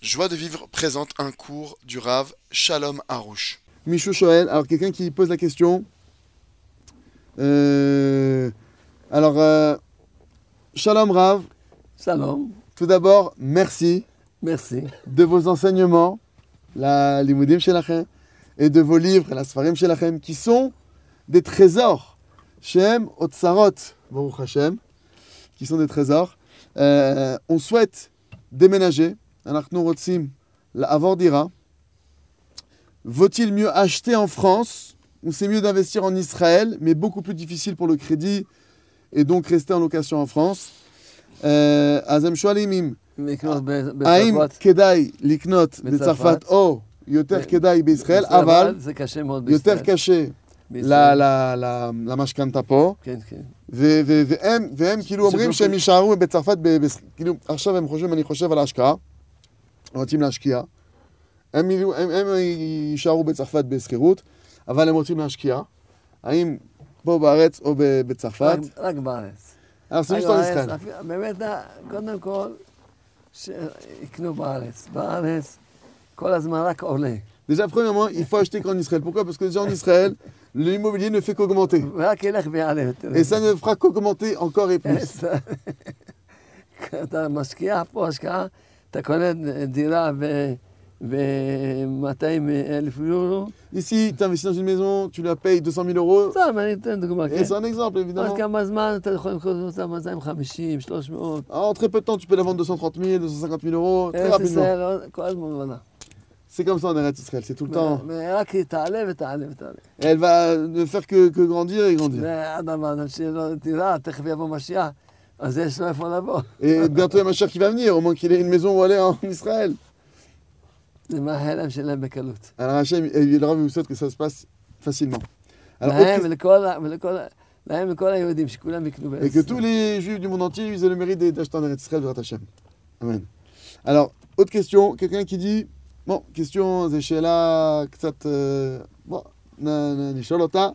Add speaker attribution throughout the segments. Speaker 1: Joie de vivre présente un cours du Rav Shalom Harouche.
Speaker 2: Michou Shoel, alors quelqu'un qui pose la question. Euh, alors, euh, Shalom Rav,
Speaker 3: Shalom,
Speaker 2: tout d'abord, merci
Speaker 3: merci.
Speaker 2: de vos enseignements, la Limoudim Shelachem, et de vos livres, la Sfarim Shelachem, qui sont des trésors. Shem Otsarot, Baruch Hashem, qui sont des trésors. Euh, on souhaite déménager. Anachnu Rotsim, la Avordira. Vaut-il mieux acheter en France ou c'est mieux d'investir en Israël, mais beaucoup plus difficile pour le crédit et donc rester en location en France Euh, אז הם שואלים אם
Speaker 3: לקנות ב-
Speaker 2: אה, האם
Speaker 3: בצרפת.
Speaker 2: כדאי לקנות
Speaker 3: בצרפת?
Speaker 2: בצרפת או יותר
Speaker 3: ב-
Speaker 2: כדאי בישראל,
Speaker 3: בישראל,
Speaker 2: אבל
Speaker 3: זה קשה מאוד
Speaker 2: יותר
Speaker 3: בישראל.
Speaker 2: קשה ל-
Speaker 3: בישראל.
Speaker 2: ל- ל- למשכנתה פה,
Speaker 3: כן, כן.
Speaker 2: ו- ו- והם והם כאילו
Speaker 3: זה לא
Speaker 2: אומרים
Speaker 3: באופן-
Speaker 2: שהם יישארו בצרפת, ב- ב- כאילו עכשיו הם חושבים, אני חושב על ההשקעה, רוצים להשקיע, הם יהיו- הם- הם יישארו בצרפת בשכירות, אבל הם רוצים להשקיע, האם פה בארץ או ב- בצרפת,
Speaker 3: רק- רק בארץ.
Speaker 2: אנחנו
Speaker 3: רק
Speaker 2: עושים
Speaker 3: בארץ,
Speaker 2: ישראל.
Speaker 3: אפילו- באמת, אה, קודם כל, שיקנו בארץ. בארץ כל הזמן רק עולה.
Speaker 2: Déjà, premièrement, il faut acheter qu'en Israël. Pourquoi Parce que déjà en Israël, l'immobilier ne fait qu'augmenter.
Speaker 3: ורק ילך ויעלה. תראה.
Speaker 2: Et ça ne fera qu'augmenter encore et plus.
Speaker 3: אתה משקיע פה השקעה, אתה קונה דירה ב-200 אלף יורו.
Speaker 2: Ici, tu investis dans une maison, tu la payes 200 000 euros.
Speaker 3: סתם, אני אתן דוגמה,
Speaker 2: Et c'est
Speaker 3: כן.
Speaker 2: un exemple,
Speaker 3: עוד
Speaker 2: évidemment.
Speaker 3: כמה זמן אתה יכול למכור אותה 250, 300.
Speaker 2: En très peu de temps, tu peux la vendre 230 000, 250 000 euros, très
Speaker 3: ארץ
Speaker 2: rapidement.
Speaker 3: ישראל עוד- כל הזמן עולה.
Speaker 2: C'est comme ça en Eretz Israël, c'est tout le temps.
Speaker 3: רק היא תעלה ותעלה ותעלה.
Speaker 2: Et elle va ne faire que, que grandir et grandir.
Speaker 3: ועד הבן שיהיה לו דירה, תכף יבוא משיח, אז יש לו איפה לבוא.
Speaker 2: Et bientôt, il y a ma chère qui va venir, au moins qu'il ait une maison où aller en Israël.
Speaker 3: זה מה ההלם שלהם בקלות.
Speaker 2: Alors, Hachem, il aura vous souhaite que ça se passe facilement. Alors,
Speaker 3: להם
Speaker 2: aucune-
Speaker 3: ולכל ה- ולכל ה- להם ולכל היהודים, שכולם יקנו בארץ
Speaker 2: Et que
Speaker 3: ישראל.
Speaker 2: tous les juifs du monde entier, ils aient le mérite d'acheter en Eretz Israël, Bezrat Hashem. Amen. Alors, autre question, quelqu'un qui dit, bon, question, c'est chez là, que ça te- bon, na- na- ni shalota.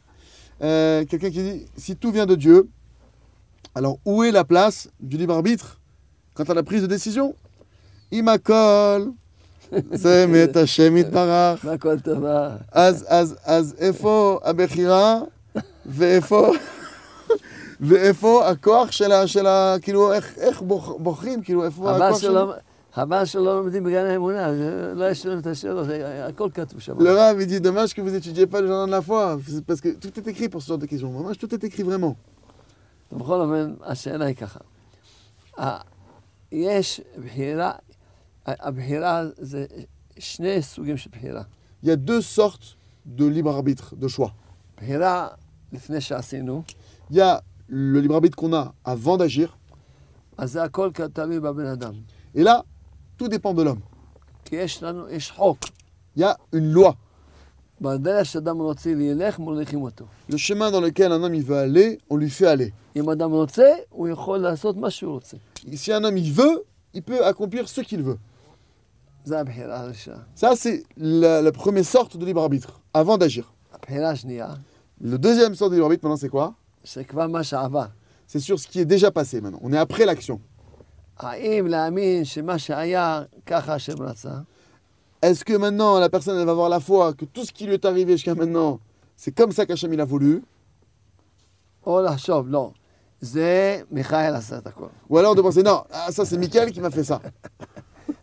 Speaker 2: Euh, quelqu'un qui dit, si tout vient de Dieu, alors où est la place du libre-arbitre quant à la prise de décision Imakol, זה מאת השם יתברך,
Speaker 3: והכל טובה.
Speaker 2: אז, אז, אז איפה הבחירה ואיפה, ואיפה הכוח של ה... של ה כאילו, איך, איך בוח, בוחרים, כאילו, איפה
Speaker 3: הבעל
Speaker 2: הכוח של...
Speaker 3: שלו, הבעל שלו לא לומדים בגן האמונה, זה- לא יש לנו את השאלות, זה- הכל כתוב שם.
Speaker 2: Le Rav, il dit, dommage que vous étudiez pas le jardin de la foi, c'est parce que tout est écrit pour ce genre de questions. Moi, tout est écrit vraiment.
Speaker 3: בכל אופן, השאלה היא ככה. ה- יש בחירה, ה- הבחירה זה שני סוגים של בחירה.
Speaker 2: Il y a deux sortes de libre arbitre, de choix.
Speaker 3: בחירה לפני שעשינו,
Speaker 2: Il y a le libre arbitre qu'on a avant d'agir,
Speaker 3: אז זה הכל תלוי בבן אדם.
Speaker 2: et là, tout dépend de l'homme.
Speaker 3: כי יש לנו, יש חוק.
Speaker 2: Il y a une loi.
Speaker 3: בדרך שאדם רוצה לילך, מוליכים אותו.
Speaker 2: Le chemin dans lequel un homme il veut aller, on lui fait aller.
Speaker 3: אם אדם רוצה, הוא יכול לעשות מה שהוא רוצה.
Speaker 2: Si un homme il veut, il peut accomplir ce qu'il veut.
Speaker 3: זו הבחירה הראשונה.
Speaker 2: Ça, c'est la, la première sorte de libre arbitre, avant d'agir.
Speaker 3: הבחירה השנייה,
Speaker 2: Le deuxième sort de libre arbitre maintenant, c'est quoi
Speaker 3: שכבר מה שעבר.
Speaker 2: C'est sur ce qui est déjà passé maintenant. On est après l'action.
Speaker 3: האם להאמין שמה שהיה, ככה השם רצה?
Speaker 2: Est-ce que maintenant la personne elle va avoir la foi que tout ce qui lui est arrivé jusqu'à maintenant, c'est comme ça qu'Hachem il a voulu
Speaker 3: או לחשוב, לא, זה מיכאל עשה את הכל.
Speaker 2: Ou alors de penser non, ah, ça c'est Michael qui m'a fait ça.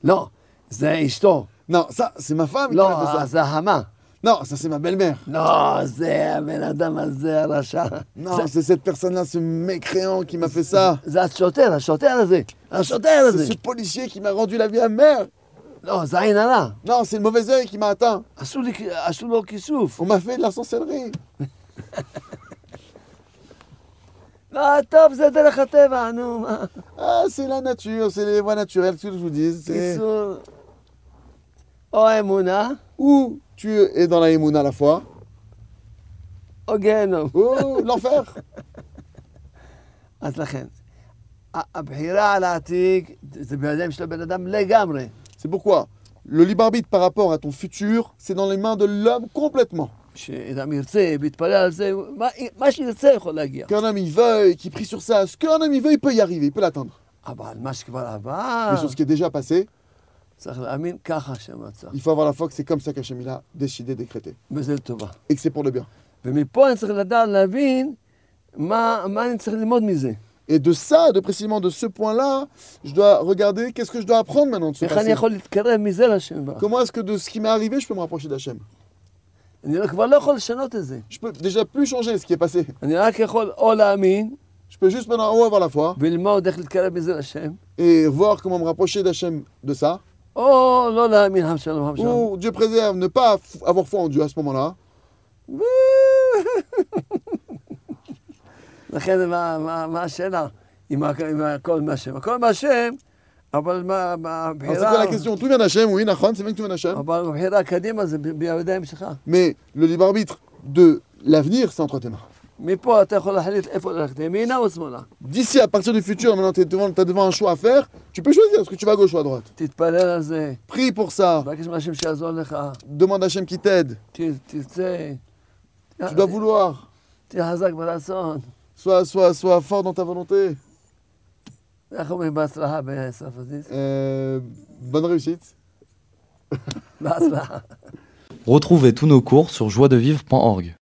Speaker 3: לא, זה אשתו.
Speaker 2: Non, ça c'est ma femme
Speaker 3: לא,
Speaker 2: qui m'a fait ça.
Speaker 3: זה החמה.
Speaker 2: Non, ça c'est ma belle-mère.
Speaker 3: לא, זה הבן אדם הזה הרשע.
Speaker 2: Non,
Speaker 3: זה-
Speaker 2: c'est cette personne-là, ce mécréant qui m'a fait ça.
Speaker 3: זה השוטר, השוטר הזה. השוטר
Speaker 2: C'est
Speaker 3: הזה.
Speaker 2: ce policier qui m'a rendu la vie amère.
Speaker 3: לא, זה עין הרע.
Speaker 2: Non, c'est le mauvais œil qui m'a atteint.
Speaker 3: עשו לי- עשו לו כיסוף.
Speaker 2: On m'a fait de la sorcellerie.
Speaker 3: לא, טוב, זה דרך הטבע, נו, מה.
Speaker 2: Ah, c'est la nature, c'est les voies naturelles, ce que je vous dis. c'est-
Speaker 3: כיסוף. או אמונה,
Speaker 2: Ou tu es dans la émouna à la fois,
Speaker 3: או גיהנום.
Speaker 2: ou l'enfer.
Speaker 3: אז לכן, ה- הבחירה על העתיק, זה בידיים של הבן אדם לגמרי.
Speaker 2: C'est pourquoi le libre arbitre par rapport à ton futur, c'est dans les mains de l'homme complètement.
Speaker 3: שאדם ירצה, ויתפלל על זה, מה, מה שירצה יכול להגיע.
Speaker 2: Qu'un homme il veuille, qu'il prie sur ça, ce qu'un homme il veut, il peut y arriver, il peut l'atteindre.
Speaker 3: אבל מה שכבר עבר,
Speaker 2: Mais sur ce qui est déjà passé,
Speaker 3: צריך להאמין ככה השם רצה.
Speaker 2: Il faut avoir la foi que c'est comme ça qu'Hachem il a décidé, décrété.
Speaker 3: בזה לטובה.
Speaker 2: Et que c'est pour le bien.
Speaker 3: ומפה אני צריך לדעת, להבין מה, מה אני צריך ללמוד מזה.
Speaker 2: Et de ça, de précisément de ce point-là, je dois regarder qu'est-ce que je dois apprendre maintenant de ce
Speaker 3: איך
Speaker 2: passé.
Speaker 3: אני יכול להתקרב מזה להשם ברוך.
Speaker 2: Comment est-ce que de ce qui m'est arrivé, je peux me rapprocher d'Hachem
Speaker 3: אני לא- כבר לא יכול לשנות את זה.
Speaker 2: Je peux déjà plus changer ce qui est passé.
Speaker 3: אני רק יכול או להאמין
Speaker 2: Je peux juste maintenant ou avoir la foi
Speaker 3: וללמוד איך להתקרב מזה להשם,
Speaker 2: et voir comment me rapprocher d'Hachem de ça.
Speaker 3: או לא להאמין, עם שלום, עם שלום.
Speaker 2: Ou Dieu préserve, ne pas f- avoir foi en Dieu à ce moment-là.
Speaker 3: לכן מה, מה, מה השאלה? אם הכ- אם הכל מהשם. הכל מהשם, אבל מה, מה
Speaker 2: Alors c'est quoi
Speaker 3: הבחירה,
Speaker 2: la question Tout vient d'Hachem, oui, Nachon, c'est bien que tout vient d'Hachem.
Speaker 3: אבל הבחירה קדימה זה ב- בידיים שלך.
Speaker 2: Mais le libre arbitre de l'avenir, c'est entre tes mains.
Speaker 3: מפה אתה יכול להחליט איפה ללכת, ימינה או שמאלה.
Speaker 2: D'ici à partir du futur, maintenant tu es devant, t'as devant un choix à faire, tu peux choisir, est-ce que tu vas à gauche ou à droite
Speaker 3: תתפלל על זה,
Speaker 2: Prie pour ça,
Speaker 3: תבקש מהשם שיעזור לך,
Speaker 2: demande à Hachem qui t'aide,
Speaker 3: ת- תרצה, Ah.
Speaker 2: tu dois vouloir,
Speaker 3: תהיה חזק ברצון.
Speaker 2: sois, sois, sois fort dans ta volonté.
Speaker 3: איך אומרים בהצלחה בצרפתית?
Speaker 2: Euh, bonne réussite.
Speaker 3: בהצלחה.
Speaker 4: Retrouvez tous nos cours sur joiedevivre.org.